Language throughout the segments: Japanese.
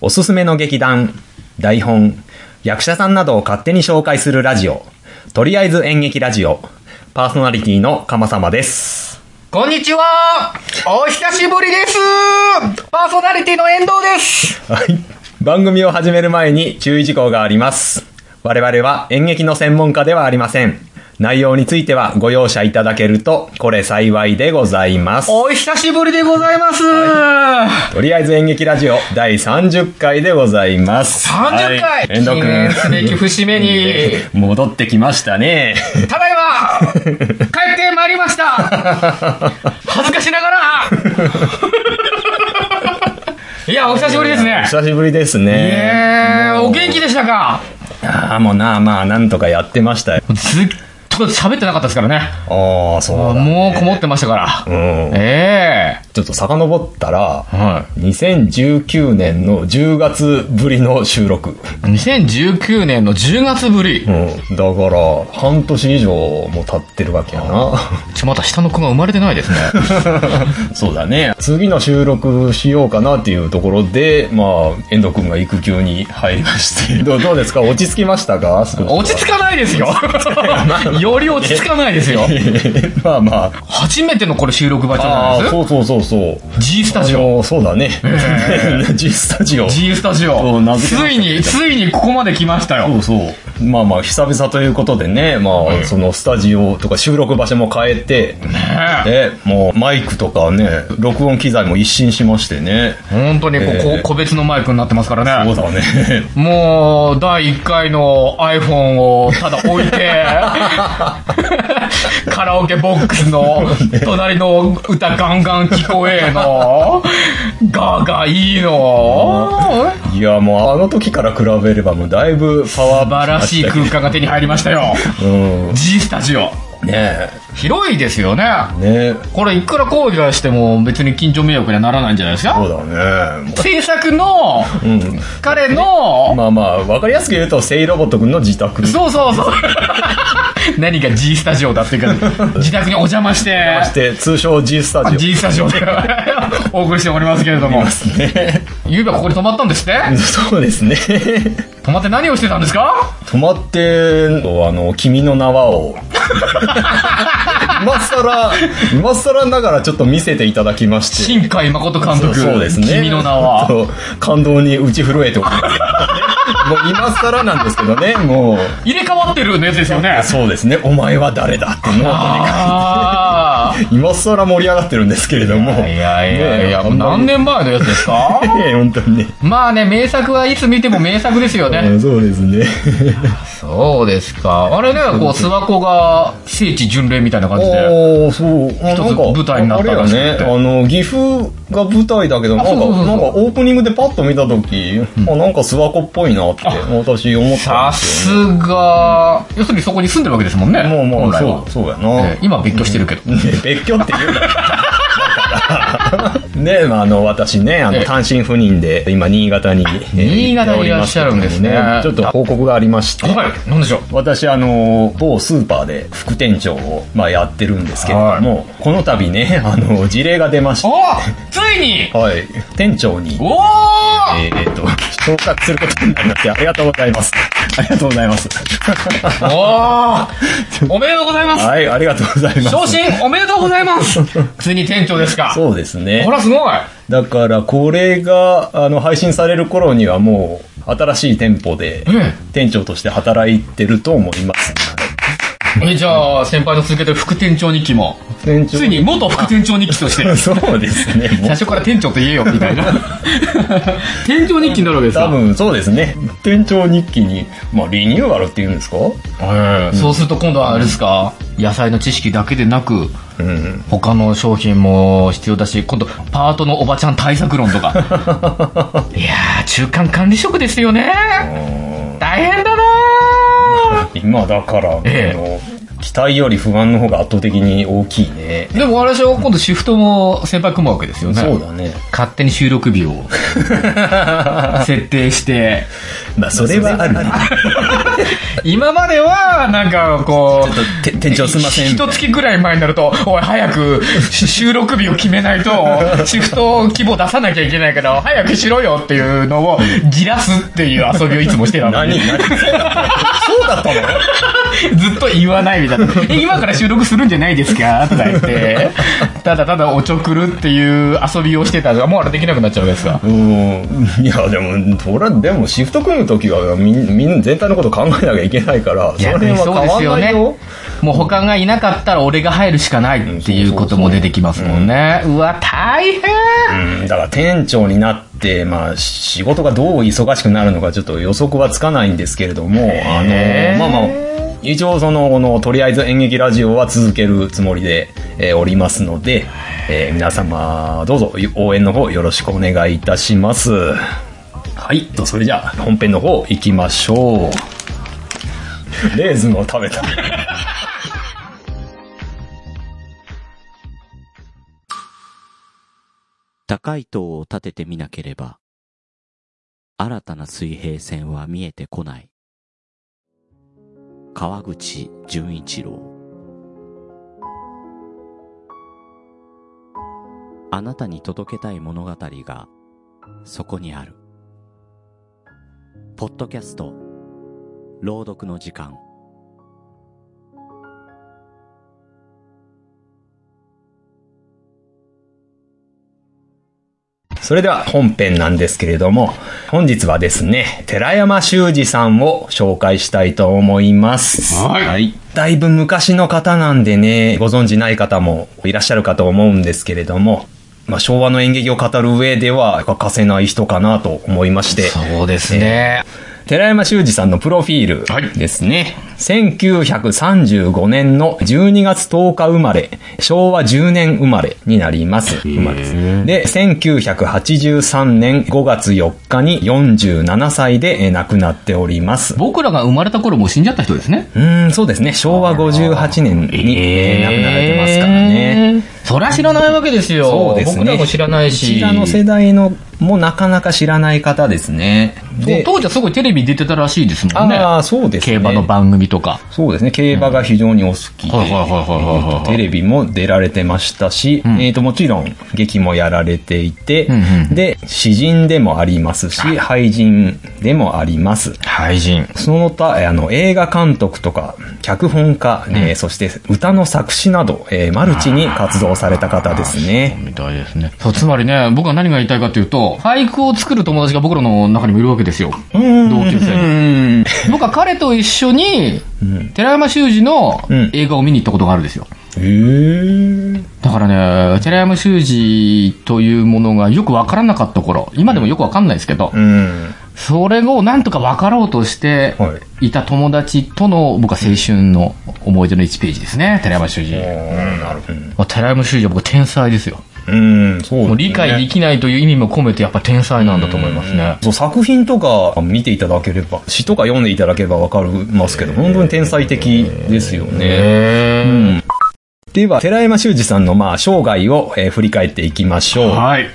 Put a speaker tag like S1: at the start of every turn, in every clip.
S1: おすすめの劇団、台本、役者さんなどを勝手に紹介するラジオ、とりあえず演劇ラジオ、パーソナリティのかまさまです。
S2: こんにちはお久しぶりですパーソナリティの遠藤です
S1: はい。番組を始める前に注意事項があります。我々は演劇の専門家ではありません。内容についてはご容赦いただけると、これ幸いでございます。
S2: お久しぶりでございます、
S1: とりあえず演劇ラジオ第30回でございます。
S2: 30
S1: はい
S2: 回、
S1: 遠
S2: 記
S1: 藤
S2: 念すべき
S1: 君。
S2: 節目に、
S1: 戻ってきましたね。
S2: ただいま帰ってまいりました恥ずかしながらいや、お久しぶりですね。
S1: 久しぶりです
S2: え
S1: ね。
S2: ー、お元気でしたか
S1: ああ、もうなあまあ、なんとかやってましたよ。
S2: ずっと喋ってなかったですからね。
S1: ああ、そうだ、ね。
S2: もうこもってましたから。
S1: うん。
S2: え
S1: ちょっと遡ったら、
S2: えはい。
S1: 2019年の10月ぶりの収録。
S2: 2019年の10月ぶり、
S1: うん。だから、半年以上も経ってるわけやな。
S2: ちょまだ下の子が生まれてないです ね
S1: そうだね。次の収録しようかなっていうところで、まあ、遠藤くんが育休に入りま して。どうどうですか落ち着きましたか少しは
S2: 落ち着かないですよ より落ち着かないですよ
S1: まあまあ。
S2: 初めてのこれ収録場所
S1: あ
S2: なん
S1: あ、
S2: です
S1: そうそうそうそう。
S2: G スタジ
S1: あ
S2: オ
S1: のそうだね。G スタジオ。
S2: G スタジ
S1: そう
S2: オ
S1: 名付け
S2: つ
S1: ま
S2: いについにここまで来ました
S1: そ
S2: よ
S1: うそう。まあまあ、久々ということでね、まあ、そのスタジオとか収録場所も変えて、
S2: ね
S1: ね、
S2: え
S1: もうマイクとかね、録音機材も一新しましてね。
S2: 本当にこう、
S1: ええ
S2: 個別のマイクになってますから
S1: そう
S2: ね
S1: だね。
S2: もう第1回の iPhone をただ置いて カラオケボックスの隣の歌ガンガン聞こえのガーガーいいの
S1: いや、もうあの時から比べればもうだいぶパワー
S2: 素晴らしい
S1: 空
S2: 空間が手に入りましたよ
S1: うん。
S2: G スタジオ
S1: ね
S2: 広いですよね
S1: え。ねえ。
S2: これいくら工事はしても別に緊張迷惑にはならないんじゃないです
S1: そ
S2: か
S1: うだね。
S2: 制作の
S1: うん。
S2: 彼の
S1: まあまあ、わかりやすく言うと、セイロボット君の自宅。
S2: そうそうそう 何が G スタジオだっていうか 自宅にお邪魔して
S1: そして、通称 G スタジオ。
S2: G スタジオで お送りしておりますけれども
S1: ますね。
S2: ゆうべここに泊まったんですって
S1: そうですね。
S2: 泊まって何をしてたんですか
S1: 止まって、あの、君の名はを。今更、今更ながらちょっと見せていただきまして。
S2: 新海誠監督
S1: そうですね。
S2: 君の名は
S1: ちょっと感動に打ち震えておりますけどね。もう今更なんですけどね、もう。
S2: 入れ替わってるやつですよね
S1: そうですね、お前は誰だっていうのは
S2: ああ
S1: 今更盛り上がってるんですけれど も。
S2: いやいやいや、
S1: ねえ
S2: 何年前のやつで すか
S1: ええ本当 にね。
S2: まあね、名作はいつ見ても名作ですよ
S1: う
S2: ね。
S1: んそうですね。
S2: そうですか。あれね、こう、諏訪湖が聖地巡礼みたいな感じで。
S1: おーそう。あ
S2: つ
S1: なんか
S2: 舞台になったらしくて
S1: あれやね。あの、岐阜が舞台だけど、なんか、
S2: そうそうそうそう
S1: なんかオープニングでパッと見たとき、あ、なんか諏訪湖っぽいなって、私思ったん
S2: さ
S1: です
S2: すが、要するにそこに住んでるわけですもんね。
S1: よ。もうも
S2: 本
S1: う、
S2: 来
S1: そ
S2: は
S1: う、。そうやな。
S2: ええ今、別居してるけど。
S1: ね別居って 言うな。だからねまあ、あの私ねあの
S2: ええ
S1: 単身赴任で今新潟に、えー
S2: 新潟にいらっしゃるんですね
S1: 行っておりますけどもちょっと報告がありまして、
S2: はい、なんでしょう。
S1: 私あの某スーパーで副店長を、まあ、やってるんですけれども、この度ねあの事例が出まし
S2: おついに
S1: て、はい、店長に
S2: おー
S1: えー、っと 昇格することになりましてありがとうございますありがとうございます
S2: おー おめでとうございます
S1: はいありがとうございます
S2: 昇進おめでとうございますついに店長ですか。
S1: そうですね
S2: ほら、すごい
S1: だからこれがあの配信される頃にはもう新しい店舗で
S2: え
S1: 店長として働いてると思います、
S2: え、じゃあ、先輩の続けてる副店長日記も、
S1: 店長
S2: ついに元副店長日記として、
S1: そうですねも
S2: 最
S1: う
S2: 初から店長と言えよ、みたいな。店長日記にな るわけです
S1: 多
S2: か
S1: 分そうですね店長日記に、まあ、リニューアルっていうんですか
S2: ええそうすると今度はあれですか、野菜の知識だけでなく、
S1: うん
S2: 他の商品も必要だし、今度、パートのおばちゃん対策 論とか。いやー、中間管理職ですよね。大変だなー
S1: 今だから、
S2: ええ
S1: あの期待より不安の方が圧倒的に大きいね。
S2: でも私は今度シフトも先輩組むわけですよね。
S1: そうだね。
S2: 勝手に収 録日を設定して、
S1: まあ、それはあるね。
S2: 今までは、なんかこう、
S1: ちょっと て、店長すんません。
S2: 一月ぐらい前になると、おい、早くし 収録日を決めないと、シフト規模出さなきゃいけないから、早くしろよっていうのを、じらすっていう遊びをいつもしてたの
S1: 何
S2: に、
S1: 何そうだったの
S2: ずっと言わないみたいな。え今から収録するんじゃないですかとか言って、ただただおちょくるっていう遊びをしてたら、もうあれできなくなっちゃうわけですか。
S1: うん。いや、でも、それでもシフト組むときはみん、みん、全体のこと考えなきゃいけないから、そ
S2: い
S1: れ
S2: や
S1: は変わんない
S2: そう
S1: よ
S2: で。もう他がいなかったら俺が入るしかないっていうことも出てきますもんね。うわ、大変
S1: うん、だから店長になって、まあ、仕事がどう忙しくなるのかちょっと予測はつかないんですけれども、あ
S2: へー
S1: の、まあまあ、一応その、この、とりあえず演劇ラジオは続けるつもりで、えーおりますので、えー皆様、どうぞ応援の方よろしくお願いいたします。はい、と、それじゃあ、本編の方行きましょう。レーズンを食べた。
S3: 高い塔を立ててみなければ、新たな水平線は見えてこない。川口純一郎。あなたに届けたい物語が、そこにある。ポッドキャスト、朗読の時間。
S1: それでは本編なんですけれども、本日はですね、寺山修司さんを紹介したいと思います。
S2: はい
S1: だいぶ昔の方なんでね、ご存知ない方もいらっしゃるかと思うんですけれども、まあ、昭和の演劇を語る上では欠かせない人かなと思いまして、
S2: そうですね。
S1: 寺山修司さんのプロフィールですね、1935年の12月10日生まれ昭和10年生まれになります生まれですで1983年5月4日に47歳でえー亡くなっております
S2: 僕らが生まれた頃もう死んじゃった人ですね。
S1: うーんそうですね昭和58年にえー亡くなられてますからね、
S2: えー。そりゃ知らないわけですよ。
S1: そうですね
S2: 僕らも知らないし。
S1: うちらの世代のもなかなか知らない方ですねで
S2: 当時はすごいテレビ出てたらしいですもんね。
S1: ああそうですね
S2: 競馬の番組とか。
S1: そうですね、競馬が非常にお好きで、
S2: うんはいはいはいはいはいはい
S1: えーとテレビも出られてましたし、
S2: ん
S1: えーともちろん劇もやられていて、
S2: うんうん
S1: で、詩人でもありますし、俳人でもあります。
S2: 俳人。
S1: その他、えーあの、映画監督とか、脚本家、えーそして歌の作詞など、えーマルチに活動された方ですね。
S2: みたいですね。そう、つまりね、僕は何が言いたいかというと、俳句を作る友達が僕らの中にもいるわけですよ。
S1: 同
S2: 同級生に
S1: 生
S2: 僕は彼と一緒に、寺山修司の
S1: うん
S2: 映画を見に行ったことがあるんですよ。
S1: へー。
S2: だからね、寺山修司というものがよくわからなかった頃、今でもよくわかんないですけど、
S1: うん。
S2: それをなんとかわかろうとして
S1: はい
S2: いた友達との僕は青春の思い出の1ページですね、寺山修司。
S1: なるほど。
S2: まあ寺山修司は僕は天才ですよ。
S1: うん、そうです
S2: も
S1: ね
S2: う理解できないという意味も込めてやっぱ天才なんだと思いますね。
S1: そう作品とか見ていただければ詩とか読んでいただければわかりますけど本当に天才的ですよね。
S2: へー
S1: では寺山修司さんのまあ生涯を、えー振り返っていきましょう。
S2: はい。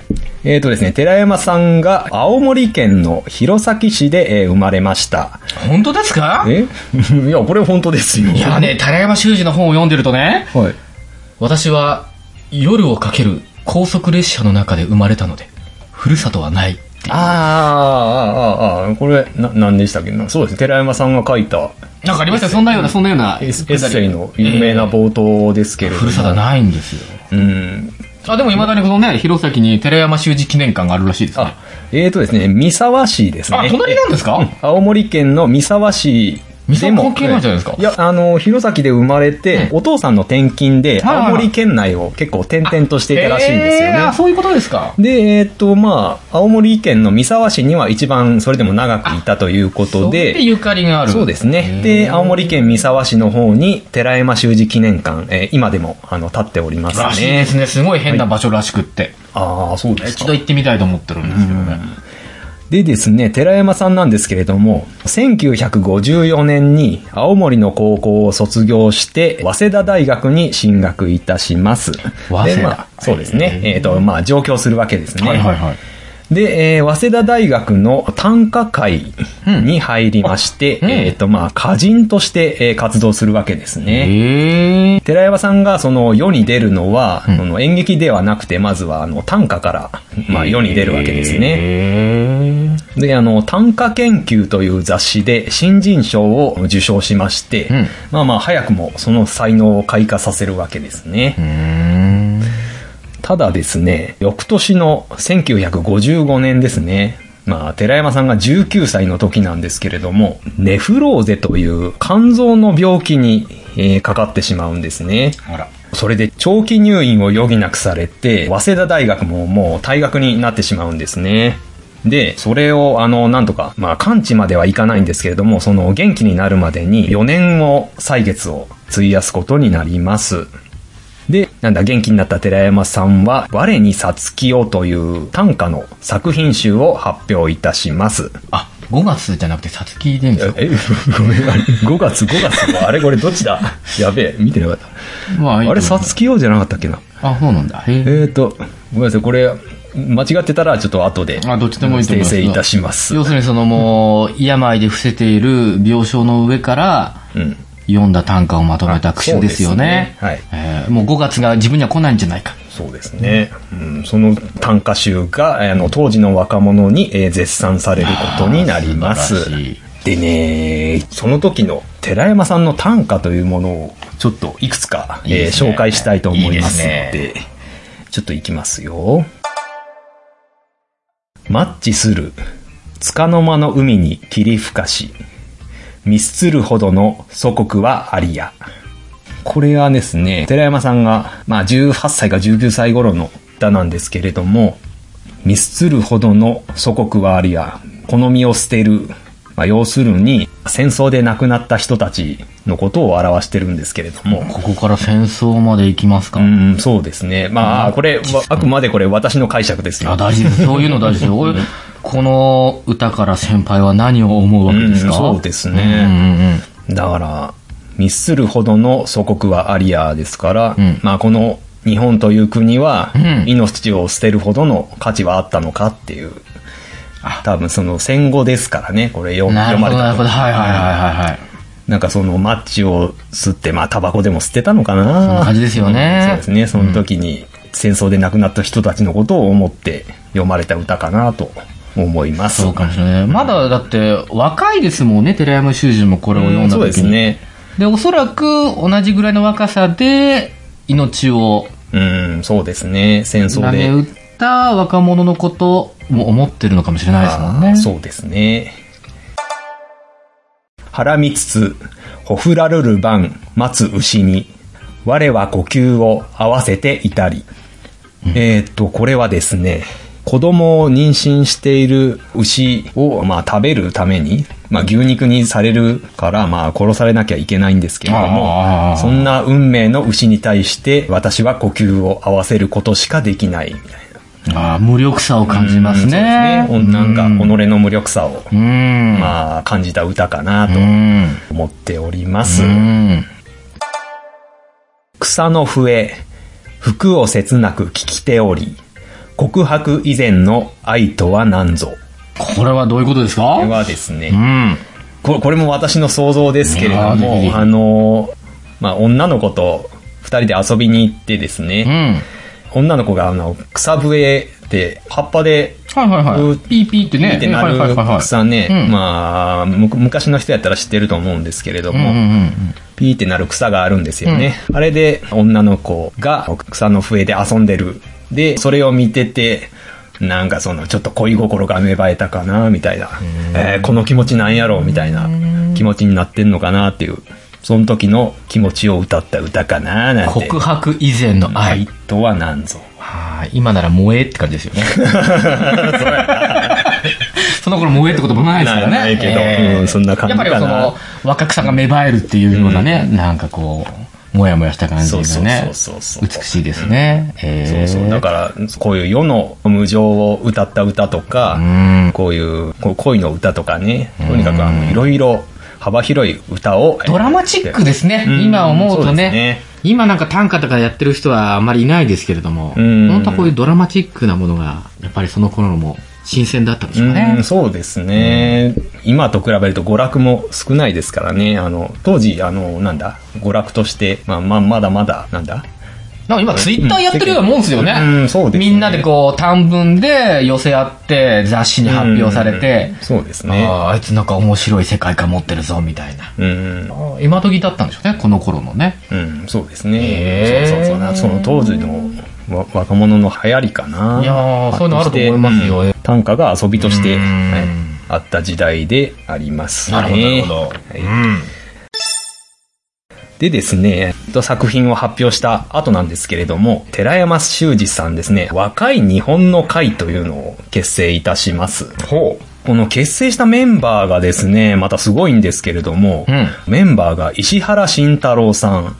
S1: えーとですね、寺山さんが青森県の弘前市で、えー生まれました。
S2: 本当ですか
S1: え いや、これ本当ですよ。
S2: いやね、寺山修司の本を読んでるとね、
S1: はい。
S2: 私は夜を駆ける高速列車の中で生まれたので、ふるさとはないっていう。
S1: あーあー、あーあー、これ、な、何でしたっけなそうですね、寺山さんが書いた
S2: なんかありましたよそんなような、そんなような。
S1: エッセイの有名な
S2: え
S1: 冒頭ですけれ
S2: ー
S1: ども。
S2: ふる さとはないんですよ。
S1: うん、
S2: あ、でも未だにこのね、弘前に寺山修司記念館があるらしいですね。
S1: あ、えーとですね、三沢市ですね。
S2: あ、隣なんですか
S1: 青森県の三沢市
S2: 三
S1: で
S2: 沢
S1: も。
S2: 関係ないじゃないですか
S1: いや、あの、弘前で生まれて、お父さんの転勤で、
S2: はいはいはい
S1: 青森県内を結構転々としていたらしいんですよ
S2: えーあ
S1: ね。
S2: そういうことですか。
S1: で、えっ、と、まあ、青森県の三沢市には一番それでも長くいたということ
S2: それで
S1: で、
S2: ゆかりがある。
S1: そうですね。で、青森県三沢市の方に、寺山修司記念館、えー今でも、あの、立っております
S2: らしいで
S1: ね。
S2: すね。すごい変な場所らしくって。
S1: ああ、そうです
S2: 一
S1: か
S2: 度。行ってみたいと思ってるんですけどね。
S1: でですね、寺山さんなんですけれども、1954年に青森の高校を卒業して、早稲田大学に進学いたします。
S2: 早稲田
S1: でまあそうですね。えっ、と、まあ、上京するわけですね。
S2: はいはいはい。
S1: で、えー早稲田大学の短歌会に入りまして、
S2: うん
S1: えっ、と、まあ、歌人として、えー活動するわけですね。
S2: ええ。
S1: 寺山さんがその世に出るのは、その演劇ではなくて、まずはあの短歌から、まあ、世に出るわけですね。
S2: ね。
S1: で、あの、短歌研究という雑誌で新人賞を受賞しまして、
S2: うん
S1: まあまあ早くもその才能を開花させるわけですね。
S2: うーん。
S1: ただですね、翌年の1955年ですね、まあ、寺山さんが19歳の時なんですけれども、ネフローゼという肝臓の病気に、えーかかってしまうんですね。
S2: ほら。
S1: それで長期入院を余儀なくされて、早稲田大学ももう退学になってしまうんですね。で、それを、あの、なんとか、まあ、完治まではいかないんですけれども、その、元気になるまでに4年を、歳月を費やすことになります。で、なんだ、元気になった寺山さんは、我にさつきをという短歌の作品集を発表いたします。
S2: あ、5月じゃなくてさつきでいいんですよ。
S1: え、ごめん、あれ5月、5月、あれこれどっちだやべえ、見てなかった。
S2: まあ
S1: あれ、さつきようじゃなかったっけな
S2: あ、そうなんだ。へえ。
S1: えーと、ごめんなさい、これ、間違ってたら、ちょっと後で、
S2: あどっちでもいいと思います
S1: 訂正いたします。
S2: 要するにそのもう、病で伏せている病床の上から、
S1: うん。
S2: 読んだ短歌をまとめた句集ですよね。
S1: そうです
S2: えーもう5月が自分には来ないんじゃないか。
S1: そうですね。うん、その短歌集が、あの、当時の若者に、えー絶賛されることになります
S2: あー素晴らし
S1: で
S2: い。
S1: ね、その時の寺山さんの短歌というものを、ちょっといくつか、
S2: いい
S1: えー
S2: ですね
S1: 紹介したいと思いますので、
S2: いい
S1: ちょっといきますよ。マッチする、束の間の海に霧吹かし、ミスつるほどの祖国はありや。これはですね、寺山さんが、まあ、18歳か19歳頃の歌なんですけれども、ミスつるほどの祖国はありや、この身を捨てる、まあ、要するに、戦争で亡くなった人たちのことを表してるんですけれども、
S2: ここから戦争まで行きますか。
S1: うん、そうですね。まあ、これ、わあくまでこれ私の解釈ですよ。
S2: あ、大事です。そういうの大事ですよ。俺この歌から先輩は何を思うわけですか、
S1: うんそうですね
S2: うんうんうん
S1: だから、ミスするほどの祖国はアリアですから、
S2: うん
S1: まあこの日本という国は
S2: うん
S1: 命を捨てるほどの価値はあったのかっていう、
S2: あ
S1: 多分その戦後ですからね、これ読
S2: な
S1: 読
S2: るほ
S1: ま
S2: ど、
S1: れ
S2: なる
S1: たと
S2: ほど。。はいはいはいはいはい。
S1: なんかそのマッチを吸って、まあタバコでも吸ってたのかな。
S2: そんな感じですよね
S1: うんそうですね、その時に戦争で亡くなった人たちのことを思って読まれた歌かなと思います。
S2: そうかもしれない。まだだって若いですもんね、寺山修司もこれを読
S1: うんん
S2: だ時
S1: そ
S2: に。
S1: うです。ね。
S2: で、おそらく同じぐらいの若さで命を
S1: うん、そうですね。戦争
S2: 投
S1: で
S2: げ。打った若者のことも思ってるのかもしれないですもん
S1: あー
S2: ね。
S1: そうですね。腹みつつ、ほふらるる晩、待つ牛に、我は呼吸を合わせていたり。えーっと、これはですね、子供を妊娠している牛を、まあ、食べるために、まあ、牛肉にされるから、まあ、殺されなきゃいけないんですけれど
S2: あ
S1: も
S2: ー、
S1: そんな運命の牛に対して、私は呼吸を合わせることしかできない、みたいな。
S2: ああ、無力さを感じますね。
S1: そうですねなんか、
S2: うん
S1: 己の無力さを、
S2: うん。
S1: まあ、感じた歌かな
S2: う
S1: と
S2: ん。
S1: 思っております。
S2: うん。
S1: 草の笛、服を切なく聞きており、告白以前の愛とは何ぞ。
S2: これはどういうことです
S1: これ
S2: か
S1: はです
S2: う
S1: ね、
S2: ん。
S1: ここれも私の想像ですけれど
S2: いや
S1: も、
S2: ー
S1: あの、まあ、女の子と二人で遊びに行ってです
S2: うん。
S1: ね、
S2: はい
S1: 女の子があの草笛って葉っぱで
S2: はいは
S1: う
S2: い。ピーピーってね。
S1: ってな
S2: はいはい
S1: る
S2: はいはい。
S1: 草ね、
S2: うん
S1: まあ、む昔の人やったら知ってると思うんですけれど
S2: うんう
S1: も、
S2: んうん。
S1: ピーってなる草があるんですよね。あれで女の子が草の笛で遊んでる。で、それを見てて、なんかそのちょっと恋心が芽生えたかな、みたいな。えーこの気持ちなんやろう、みたいな気持ちになってんのかなっていう。その時の気持ちを歌った歌かな、なんて。
S2: 告白以前の
S1: 愛
S2: 愛。
S1: とは何ぞ。
S2: はい今なら萌えって感じです よね。その頃萌えってこともないですからね。
S1: ないないけどうんそんな感じかな
S2: やっぱりその若草が芽生えるっていうようなね、なんかこう、もやもやした感じがね。
S1: そうそうそうそう
S2: 美しいですね。え
S1: そうそう。だから、こういう世の無情を歌った歌とか、
S2: うん
S1: ん、こういう、こう恋の歌とかね、とにかくあの、いろいろ幅広い歌を。
S2: ドラマチック
S1: で、
S2: ですね。
S1: うん
S2: 今思うと
S1: そう
S2: ね。
S1: です
S4: 今なんか短歌とかやってる人はあんまりいないですけれども、
S1: うん
S4: 本当はこういうドラマチックなものが、やっぱりその頃も新鮮だったんでしょうね。
S1: うん、そうですね。今と比べると娯楽も少ないですからね。あの、当時、あの、なんだ、娯楽として、まあ、まあ、まだまだ、なんだ。
S2: なんか今ツイッターやってるようなもんですよね。
S1: うん、そうですね。
S2: みんなでこう短文で寄せ合って雑誌に発表されて
S1: うん、そうです
S2: あ
S1: ね。
S2: ああいつなんか面白い世界観持ってるぞみたいな。
S1: うん。
S2: 今時だったんでしょうね、この頃のね。
S1: うん、そうです
S2: へ
S1: ね。
S2: ー
S1: そうそうそうな。その当時のわ若者の流行りかな。
S2: いやーそういうのあると思いますよ
S1: そしてうん短歌が遊びとして、
S2: うん
S1: はいあった時代でありますね。
S2: ど
S1: はい
S2: うん。
S1: でですね、えっと作品を発表した後なんですけれども、寺山修司さんですね、若い日本の会というのを結成いたします。
S2: ほ
S1: この結成したメンバーがですね、またすごいんですけれども、
S2: うん
S1: メンバーが石原慎太郎さん、
S2: う。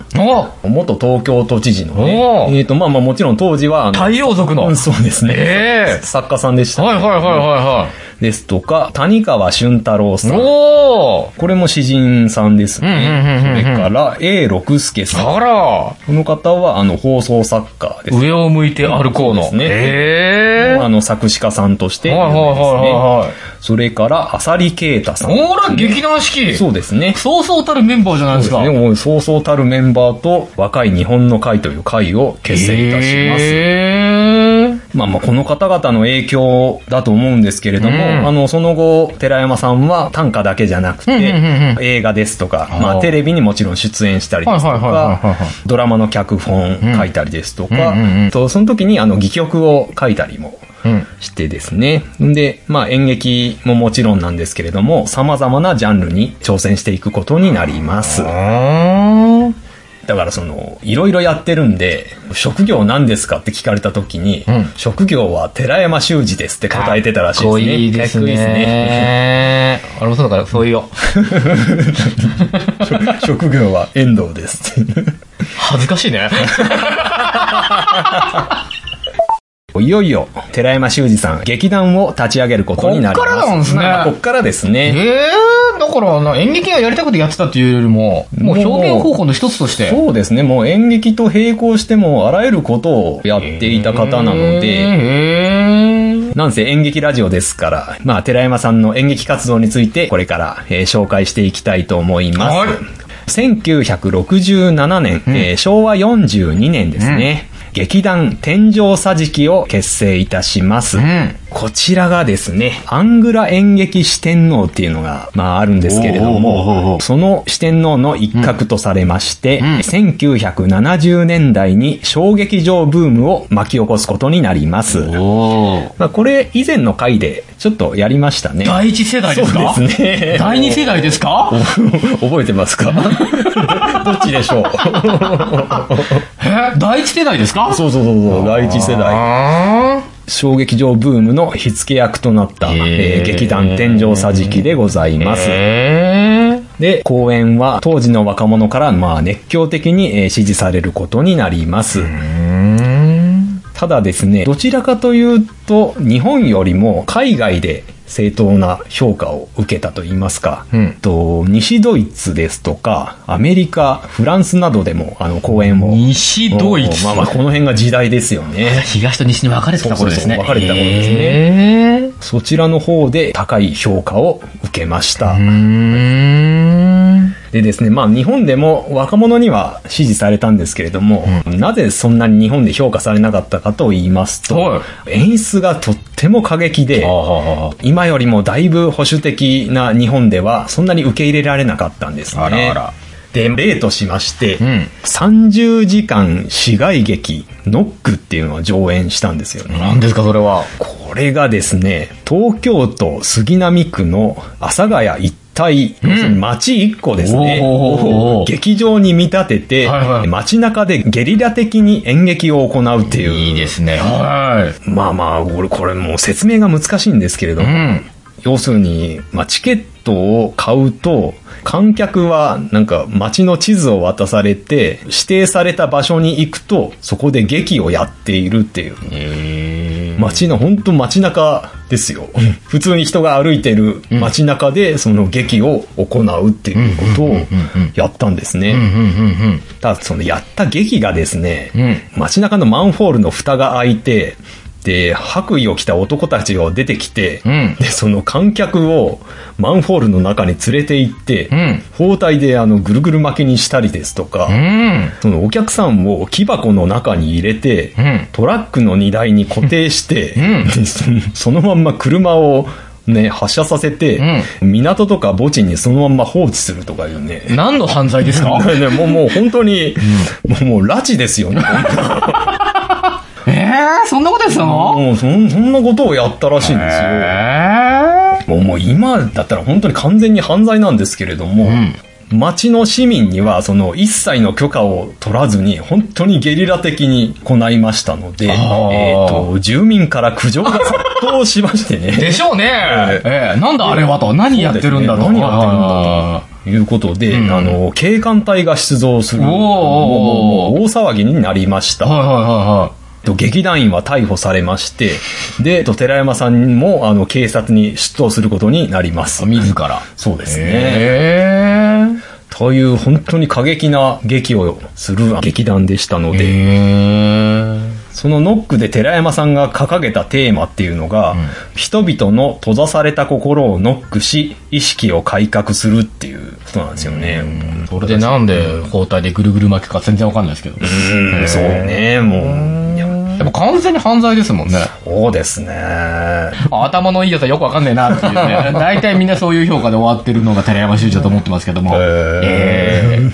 S2: お
S1: 元東京都知事のね
S2: お、ー
S1: えっ、と、まあまあもちろん当時は、あの
S2: 太陽族の。
S1: うんそうですね。
S2: ええ
S1: 作家さんでした、
S2: はいはいはいは
S1: ですとか、谷川俊太郎
S2: い
S1: さ
S2: はい。
S1: ん。
S2: おー
S1: これも詩人さんですね。
S2: うん
S1: そ
S2: うんうんうんうん
S1: れから、A 六助さん。
S2: あら
S1: この方は、あの、放送作家です。
S2: 上を向いて歩こうの。
S1: そうですね
S2: ええ
S1: あの、作詞家さんとして有
S2: はいはい
S1: 名です
S2: はい
S1: ね。
S2: はいはい。
S1: それから、浅利啓太さん。
S2: ほら、劇団四季。
S1: そうですね。
S2: そうそうたるメンバーじゃない
S1: そう
S2: で
S1: ですす
S2: か。
S1: ね。もうそうそうたるメンバーと、若い日本の会という会を結成いたします。
S2: えー
S1: まあまあ、この方々の影響だと思うんですけれども、
S2: うん
S1: あの、その後、寺山さんは短歌だけじゃなくて、
S2: うんうんうん
S1: 映画ですとか、ま
S2: あー
S1: あ、テレビにもちろん出演したりですと
S2: はいはいはいはいはいは
S1: か
S2: い、
S1: ドラマの脚本書いたりですとか、
S2: うんうんうん
S1: とその時に、あの、戯曲を書いたりも
S2: うん
S1: してですね。で、まあ、演劇ももちろんなんですけれども、様々なジャンルに挑戦していくことになります。
S2: あ
S1: だからその、いろいろやってるんで、職業何ですかって聞かれた時に、
S2: うん
S1: 職業は寺山修司ですって答えてたらしいですね。
S2: いいです
S1: かっこいい
S2: ね。あれもそうだから、そういうよ。
S1: です ね職業は遠藤ですって。
S2: 恥ずかしいね。
S1: いよいよ、寺山修司さん、劇団を立ち上げることになります。
S2: こっからなんですね
S1: こっからです
S2: え
S1: ね。
S2: えー、だからな、演劇がやりたくてやってたっていうよりも、もう表現方法の一つとして。
S1: そうですね。もう演劇と並行しても、あらゆることをやっていた方なので、
S2: えー
S1: なんせ演劇ラジオですから、まあ、寺山さんの演劇活動について、これから、えー紹介していきたいと思います。
S2: はい
S1: 1967年、えー昭和42年ですね、劇団天井桟敷を結成いたします。
S2: うん
S1: こちらがですね、アングラ演劇四天王っていうのが、まああるんですけれど
S4: おうおうおうお
S1: も、
S4: う
S1: その四天王の一角とされまして、
S2: ん
S1: 1970年代に小劇場ブームを巻き起こすことになります。
S4: おー
S1: まあ、これ以前の回でちょっとやりましたね。
S2: 第一世代ですか
S1: そうですね。
S2: 第二世代ですか
S1: 覚えてます かどっちでしょう
S2: え第一世代ですか
S1: そうそうそうそう、第一世代。
S2: あ
S1: 衝撃場ブームの火付け役となった、
S2: へー
S1: えー劇団天井桟敷でございま
S2: ー
S1: す。
S2: えー
S1: で、公演は当時の若者からまあ熱狂的にえー支持されることになります。ただですね、どちらかというと、日本よりも海外で正当な評価を受けたといいますか、
S2: うん
S1: と西ドイツですとか、アメリカ、フランスなどでもあの公演を。
S2: 西ドイツ。
S1: まあまあ、この辺が時代ですよね。
S2: 東と西に分かれてた頃ですね。
S1: そうそうそう分かれてた頃ですね
S2: へー
S1: そちらの方で高い評価を受けました。
S2: うーん。
S1: でですね、まあ日本でも若者には支持されたんですけれども、なぜそんなに日本で評価されなかったかと言いますと、
S2: は
S1: 演出がとっても過激で、今よりもだいぶ保守的な日本ではそんなに受け入れられなかったんですね。
S2: あらあら
S1: で、例としまして、
S2: ん
S1: 30時間市街劇、ノックっていうのを上演したんですよね。
S2: 何ですか、それは。
S1: これがですね、東京都杉並区の阿佐ヶ谷一帯、要するに町一個ですね、
S2: おー
S1: を劇場に見立てて、
S2: はいはい
S1: 街中でゲリラ的に演劇を行うっていう。
S2: いいですね。は
S1: まあまあ、これ、これもう説明が難しいんですけれど
S2: い。う
S1: も、
S2: ん。
S1: 要するに、まあ、チケットを買うと、観客はなんか街の地図を渡されて、指定された場所に行くと、そこで劇をやっているっていう。
S2: え
S1: 街の、本当街中ですよ。普通に人が歩いてる街中で、その劇を行うっていうことをやったんですね。
S2: うんうん
S1: ただそのやった劇がですね、
S2: う
S1: 街中のマンホールの蓋が開いて、で、白衣を着た男たちが出てきて、
S2: うん
S1: で、その観客をマンホールの中に連れて行って、
S2: ん
S1: 包帯であのぐるぐる巻きにしたりですとか、
S2: うん。
S1: そのお客さんを木箱の中に入れて、
S2: ん
S1: トラックの荷台に固定して、
S2: ん
S1: でその そのまんま車をね、発車させて、港とか墓地にそのまんま放置するとかいうね。
S2: うん。何の犯罪で すか
S1: ね、もう、もう本当に、もう、もう、拉致ですよね。
S2: えー、そんなことですの
S1: もうそん、そんなことをやったらしいんです
S2: え
S1: よ。
S2: ー
S1: もう、もう今だったら本当に完全に犯罪なんですけれども、町の市民には、その、一切の許可を取らずに、本当にゲリラ的に行いましたので、えっ、
S2: ー
S1: と、住民から苦情が殺到しましてね。
S2: でしょうね。
S1: え
S2: ええなんだあれはと。何やってるんだろう。
S1: そうですね何やってるんだろう
S2: あ
S1: ということで、
S2: うん
S1: あの、警官隊が出動する、
S2: おー
S1: もうもうもう大騒ぎになりました
S2: ー。はいはいはいは
S1: えっと劇団員は逮捕されまして、で、えっと寺山さんも、あの、警察に出頭することになります
S2: い。。自ら。
S1: そうですね。
S2: え
S1: という、本当に過激な劇をする劇団でしたの
S2: え。
S1: で、そのノックで寺山さんが掲げたテーマっていうのが、人々の閉ざされた心をノックし、意識を改革するっていうことなんですよね。
S2: それでなんで包帯でぐるぐる巻くか全然わかんないですけど。
S1: うん、そうね、もういや。
S2: でも完全に犯罪ですもん ね。
S1: そうですね。
S2: あ頭のいいやつはよくわかんねえなっていう ね。大体みんなそういう評価で終わってるのが寺山修司だと思ってますけども。
S1: え
S2: え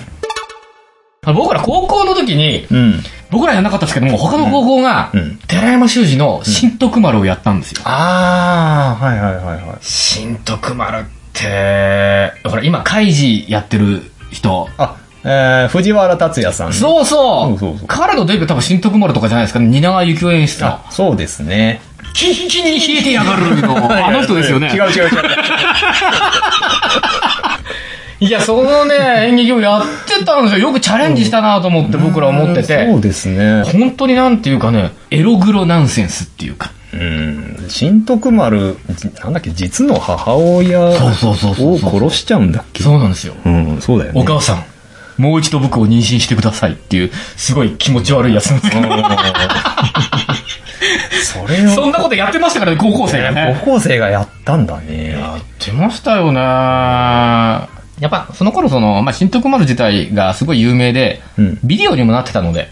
S2: え僕ら高校の時に、
S1: うん。
S2: 僕らやんなかったですけども、他の高校が
S1: うんうん、
S2: 寺山修司の新徳丸をやったんですよ。
S1: ああ、はいはいはいはい。
S2: 新徳丸って、ほら、今、カイジやってる人。
S1: あ、えー、藤原達也さん。う
S2: そうそう
S1: そうそうそう
S2: 彼のデビュー多分新徳丸とかじゃないですかね。蜷川幸雄演出の
S1: あ。、そうですね。
S2: キンキンに冷えてやがる の。あの人ですよね。
S1: 違う違う違う。
S2: いや、そのね、演劇をやってたんですよ。よくチャレンジしたなと思って僕ら思って
S1: そう
S2: て。
S1: ですね。
S2: 本当になんていうかね、エログロナンセンスっていうか。
S1: うん。新徳丸、じなんだっけ、実の母親を
S2: そうそうそうそうそう
S1: 殺しちゃうんだっけ
S2: そうなんですよ。
S1: うん、そうだよね。
S2: お母さん、もう一度僕を妊娠してくださいっていう、すごい気持ち悪いやつなんですけど。
S1: それを、
S2: そんなことやってましたからね、高校生がね。
S1: 高校生がやったんだね。
S2: やってましたよね。やっぱ、その頃その、まあ、新徳丸自体がすごい有名で、
S1: うん
S2: ビデオにもなってたので、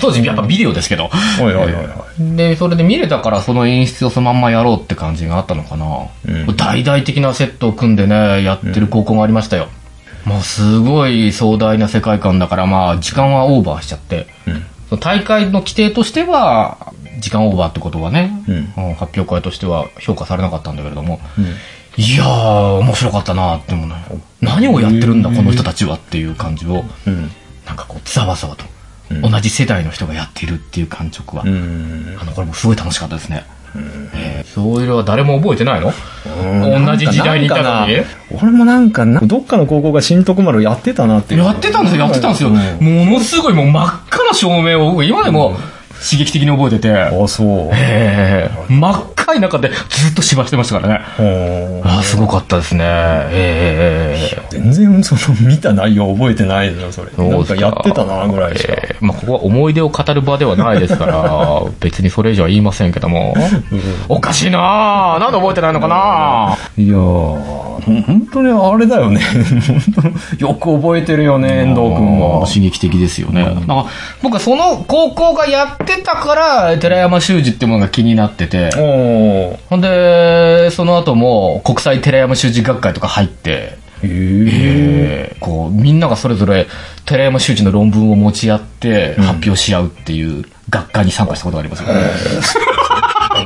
S2: 当時やっぱビデオですけど。
S1: おいおいおいお
S2: で、それで見れたからその演出をそのまんまやろうって感じがあったのかな。
S1: うん
S2: 大々的なセットを組んでね、やってる高校がありましたよ。まあ、すごい壮大な世界観だから、まあ、時間はオーバーしちゃって、
S1: ん
S2: その大会の規定としては、時間オーバーってことはね、
S1: うん
S2: うん発表会としては評価されなかったんだけれども、いやー、面白かったなーってもうね、何をやってるんだ、この人たちはっていう感じを、
S1: い。うん。
S2: なんかこう、ざわざわと、同じ世代の人がやっているっていう感触は、
S1: うん。
S2: あの、これもすごい楽しかったですね。えーそういうのは誰も覚えてないの
S1: うん
S2: 同じ時代にいたのに
S1: なんかな俺もなんかな、どっかの高校が新徳丸やってたなっていう。
S2: やってたんですよ、やってたんですよ。
S1: う
S2: ものすごいもう真っ赤な照明を、僕今でも刺激的に覚えてて、
S1: あ、そう。
S2: えー真っ赤い中でずっと芝してましたからね。
S1: ほう
S2: あーすごかったですね。えー
S1: 全然その見た内容覚えてないですよ、それ。
S2: う
S1: な
S2: で
S1: んか
S2: すか
S1: やってたな、ぐらいしか。
S2: えーまあ、ここは思い出を語る場ではないですから、別にそれ以上は言いませんけども。おかしいなぁ。なんで覚えてないのかなぁ。
S1: いやー、ほん本当にあれだよね。 本当よく覚えてるよね、遠藤君は。
S4: 刺激的ですよ
S2: ね、
S4: ね。
S2: なんか僕はその高校がやってたから、寺山修司ってものが気になってて、
S1: おー。
S2: ほんで、その後も国際寺山修司学会とか入って、
S1: へえ。
S2: えーこう、みんながそれぞれ寺山修司の論文を持ち合って発表し合うっていう学会に参加したことがありますよ、
S1: だか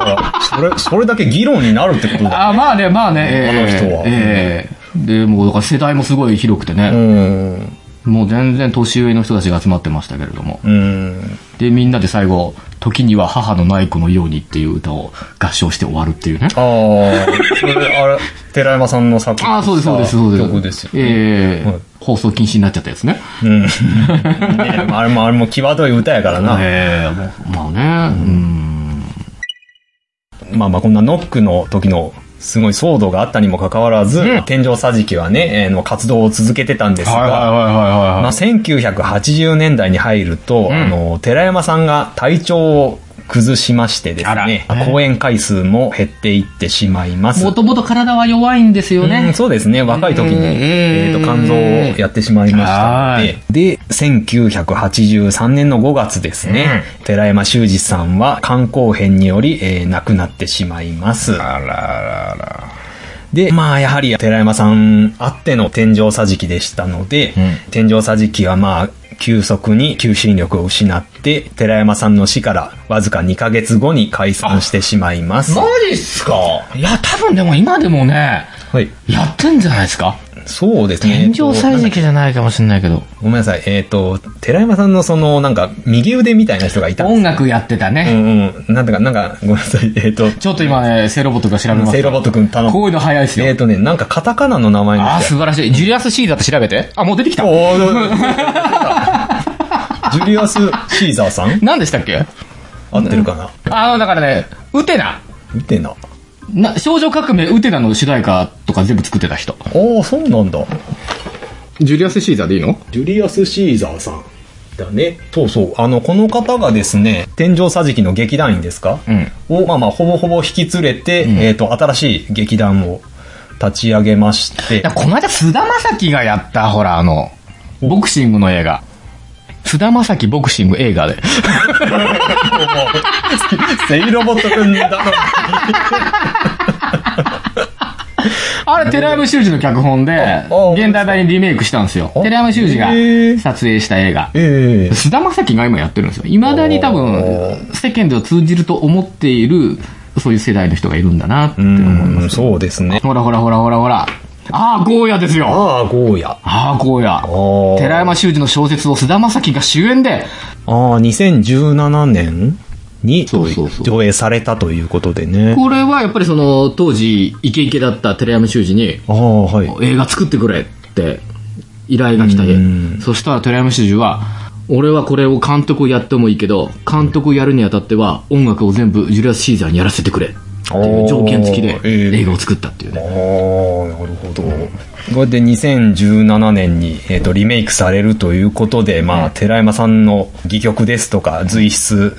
S1: ら、それ、 それだけ議論になるってことだ。
S2: あ、まあね、まあね、
S1: あの人は
S2: えーで、もうだから世代もすごい広くて
S1: う
S2: ね、
S1: ん。
S2: もう全然年上の人たちが集まってましたけれども。
S1: うん。
S2: で、みんなで最後、時には母のない子のようにっていう歌を合唱して終わるっていうね。
S1: あー、それ、あれ、寺山さんの作
S2: ああ、そうです、そうです、そうです。
S1: 曲ですよ。
S2: ええ
S1: はい
S2: 放送禁止になっちゃったやつね。
S1: うん。ねあ れも、あれも際どい歌やからな。
S2: ええまあね、うん。
S1: まあまあこんなノックの時のすごい騒動があったにもかかわらず、
S5: うん
S1: 天井桟敷はね、えーの活動を続けてたんですが、
S5: はいはいはいはい
S1: ま
S5: は
S1: あ、1980年代に入ると、
S5: ん
S1: あの寺山さんが体調を崩しましてです
S5: あら
S1: ね、公演回数も減っていってしまいます。
S2: もともと体は弱いんですよ
S1: うん
S2: ね。
S1: そうですね。若い時に、
S5: うん
S1: えーと、肝臓をやってしまいましたの
S5: は
S1: で、で、1983年の5月ですね、寺山修司さんは肝硬変により、えー亡くなってしまいます。
S5: い。あらあらあら。
S1: で、まあ、やはり寺山さんあっての天井桟敷でしたので、
S5: うん
S1: 天井桟敷はまあ、急速に求心力を失って、寺山さんの死からわずか2ヶ月後に解散してしまいます。
S5: マジっすかいや、多分でも今でもね、
S1: はい。
S5: やってんじゃないですか
S1: そうですね。
S2: 天井桟敷じゃないかもしれないけど。
S1: ごめんなさい。えっ、と、寺山さんのその、なんか、右腕みたいな人がいたんです
S2: 音楽やってた
S1: う
S2: ね。
S1: んうん。なんとか、なんか、ごめんなさい。えっ、と、
S2: ちょっと今ね、セイロボットが調べます。
S1: セイロボット君頼む。
S2: こういうの早いです
S1: えっ、
S2: よ。
S1: とね、なんかカタカナの名前の人や
S2: ああ、素晴らしい。ジュリアス・シーザーって調べて。あ、もう出てきた。
S1: おー ジュリアス・シーザーさん
S2: 何でしたっけ
S1: 合ってるかな
S2: あの、だからね、ウテナ。
S1: 見てな。あ
S2: な、少女革命ウテナの主題歌とか全部作ってた人。
S1: あ、そうなんだ。
S2: ジュリアス・シーザーでいいの
S1: ジュリアス・シーザーさん。だね。そうそう。あの、この方がですね、天井桟敷の劇団員ですか、
S2: うん。
S1: を、まあまあ、ほぼほぼ引き連れて、えっ、と、新しい劇団を立ち上げまして。
S2: この間、菅田将暉がやった、ほら、あの、ボクシングの映画。菅田将暉ボクシング映画で。
S1: セイロボットくんだ
S2: あれ、寺山修司の脚本で
S1: あ、
S2: 現代版にリメイクしたんですよ。
S1: あ
S2: 寺山修司が
S1: へー
S2: 撮影した映画。
S1: ええ
S2: 菅田将暉が今やってるんですよ。未だに多
S1: お
S2: 分、世間では通じると思っている、そういう世代の人がいるんだなって
S1: う
S2: 思いま
S1: ん、
S2: す。
S1: そうですね。
S2: ほらほらほらほらほら。ああ、ゴーヤですよ。
S1: ああ、ゴーヤ。
S2: ああ、ゴーヤ。
S1: ー
S2: 寺山修司の小説を菅田将暉が主演で、
S1: ああ、2017年に
S2: そうそうそう
S1: 上映されたということでね。
S2: これはやっぱりその、当時、イケイケだった寺山修司に、
S1: ああ、はい。
S2: 映画作ってくれって依頼が来た
S1: うん
S2: で、そしたら寺山修司は、俺はこれを監督をやってもいいけど、監督をやるにあたっては音楽を全部ジュリアス・シーザーにやらせてくれっていう条件付きで
S1: おーええ
S2: 映画を作ったっていう
S1: ああ
S2: ね。、
S1: なるほど。これで2017年に、えー、とリメイクされるということで、まあ、寺山さんの戯曲ですとか、随筆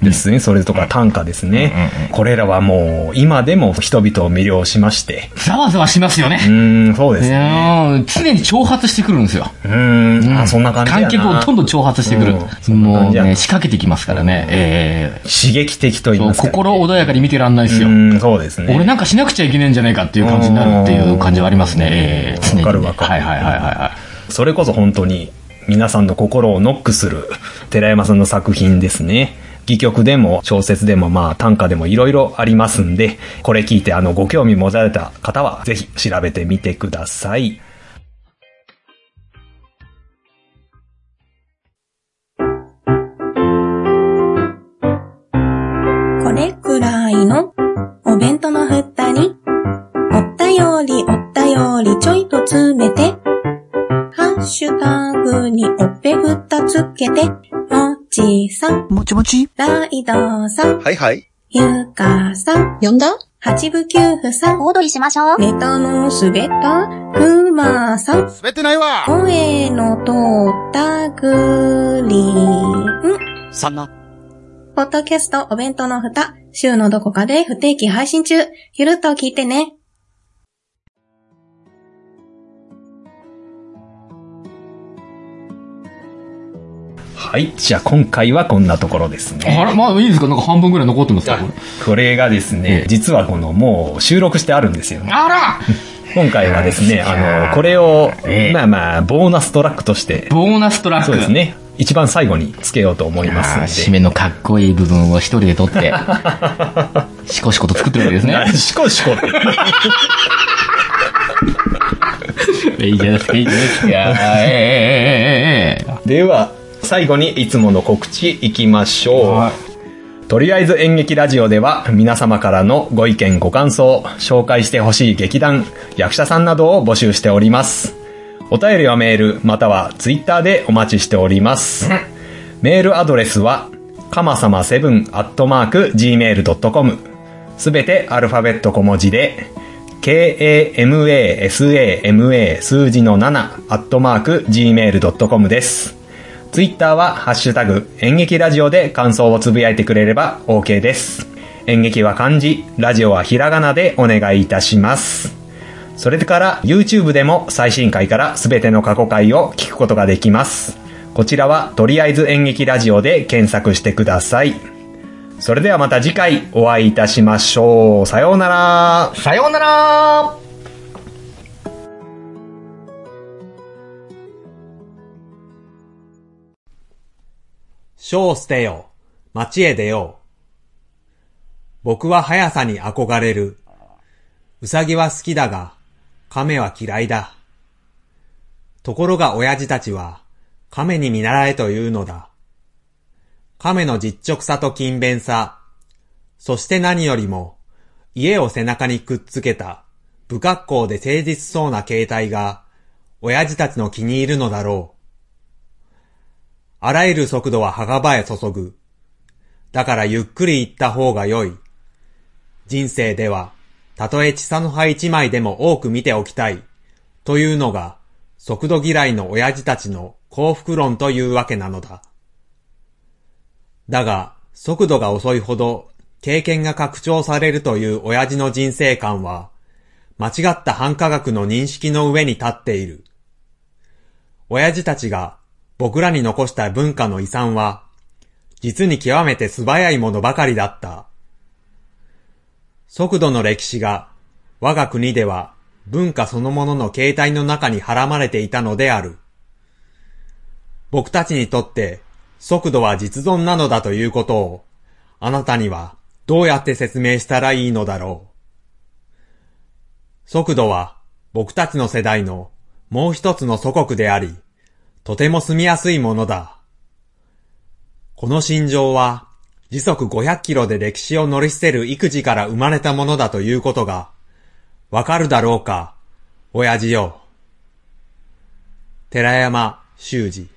S1: ですね、それとか短歌ですね、これらはもう、今でも人々を魅了しまして、
S2: ざわざわしますよ
S1: う
S2: ね。
S1: ーん、そうで
S2: い
S1: すね。
S2: やー常に挑発してくるんですよ。
S1: うーん、あそんな感じやな。
S2: 観客をどんどん挑発してくる
S1: うん。そんな
S2: も
S1: 感
S2: う
S1: じやな
S2: ね、仕掛けてきますからね。え
S1: 刺激的と
S2: え
S1: 言いますか、ね。
S2: 心穏やかに見てらんないですよ
S1: う。ん、そうですね。
S2: 俺なんかしなくちゃいけないんじゃないかっていう感じになるっていう感じはありますね。ええ常にね
S1: わかるわかる
S2: はいはいはいはいはい。
S1: それこそ本当に皆さんの心をノックする寺山さんの作品ですね。戯曲でも小説でもまあ短歌でもいろいろありますんで、これ聞いてあのご興味持たれた方はぜひ調べてみてください。
S6: これくらいのお弁当のふたに、おったよりおったよりちょいと詰めて、ハッシュタグにおっぺふたつけて、もちさん、
S7: もちもち
S6: ライドさん、
S8: はいはい。
S6: ゆかさん、
S7: 呼んだ
S6: 八部九夫さん、
S7: お踊りしましょう。
S6: ネタのすべた、ふまさん、
S8: 滑ってないわ
S6: 声のとったぐりん。
S3: さな。
S6: ポッドキャストお弁当の蓋、週のどこかで不定期配信中。ゆるっと聞いてね。
S1: はい。じゃあ今回はこんなところですね。
S2: あれまあいいですかなんか半分ぐらい残ってますよ。
S1: これがですね、実はこのもう収録してあるんですよね。
S2: あら
S1: 今回はですね、あの、これを、まあまあ、ボーナストラックとして、
S2: ボーナストラック。
S1: そうですね、一番最後につけようと思います
S2: あー
S1: ので。
S2: 締めのかっこいい部分を一人で 取って、しこしこと作ってるわけですね。
S1: しこしこって。
S2: いいじゃないですか、いいじゃないですか。ええええええええ
S1: では最後にいつもの告知いきましょう、とりあえず演劇ラジオでは皆様からのご意見ご感想紹介してほしい劇団役者さんなどを募集しておりますお便りはメールまたはツイッターでお待ちしておりますメールアドレスはかまさま7 at mark gmail.com
S9: すべてアルファベット小文字で、k-a-m-a-s-a-m-a 数字の7、アットマーク、gmail.com です。ツイッターは、ハッシュタグ、演劇ラジオで感想をつぶやいてくれれば OK です。演劇は漢字、ラジオはひらがなでお願いいたします。それから YouTube でも最新回から全ての過去回を聞くことができます。こちらはとりあえず演劇ラジオで検索してください。それではまた次回お会いいたしましょう。さようなら。
S10: さようなら
S1: 書を捨てよ。街へ出よう。僕は速さに憧れる。うさぎは好きだが、亀は嫌いだ。ところが親父たちは、亀に見習えというのだ。亀の実直さと勤勉さ。そして何よりも、家を背中にくっつけた、不格好で誠実そうな形態が、親父たちの気に入るのだろう。あらゆる速度は墓場へ注ぐ。だからゆっくり行った方が良い。人生では、たとえ地差の葉一枚でも多く見ておきたい。というのが、速度嫌いの親父たちの幸福論というわけなのだ。だが、速度が遅いほど、経験が拡張されるという親父の人生観は、間違った繁華学の認識の上に立っている。親父たちが僕らに残した文化の遺産は、実に極めて素早いものばかりだった。速度の歴史が我が国では文化そのものの形態の中にはらまれていたのである。僕たちにとって速度は実存なのだということを、あなたにはどうやって説明したらいいのだろう。速度は僕たちの世代のもう一つの祖国であり、とても住みやすいものだ。この心情は時速500キロで歴史を乗り捨てる育児から生まれたものだということがわかるだろうか、親父よ。寺山修司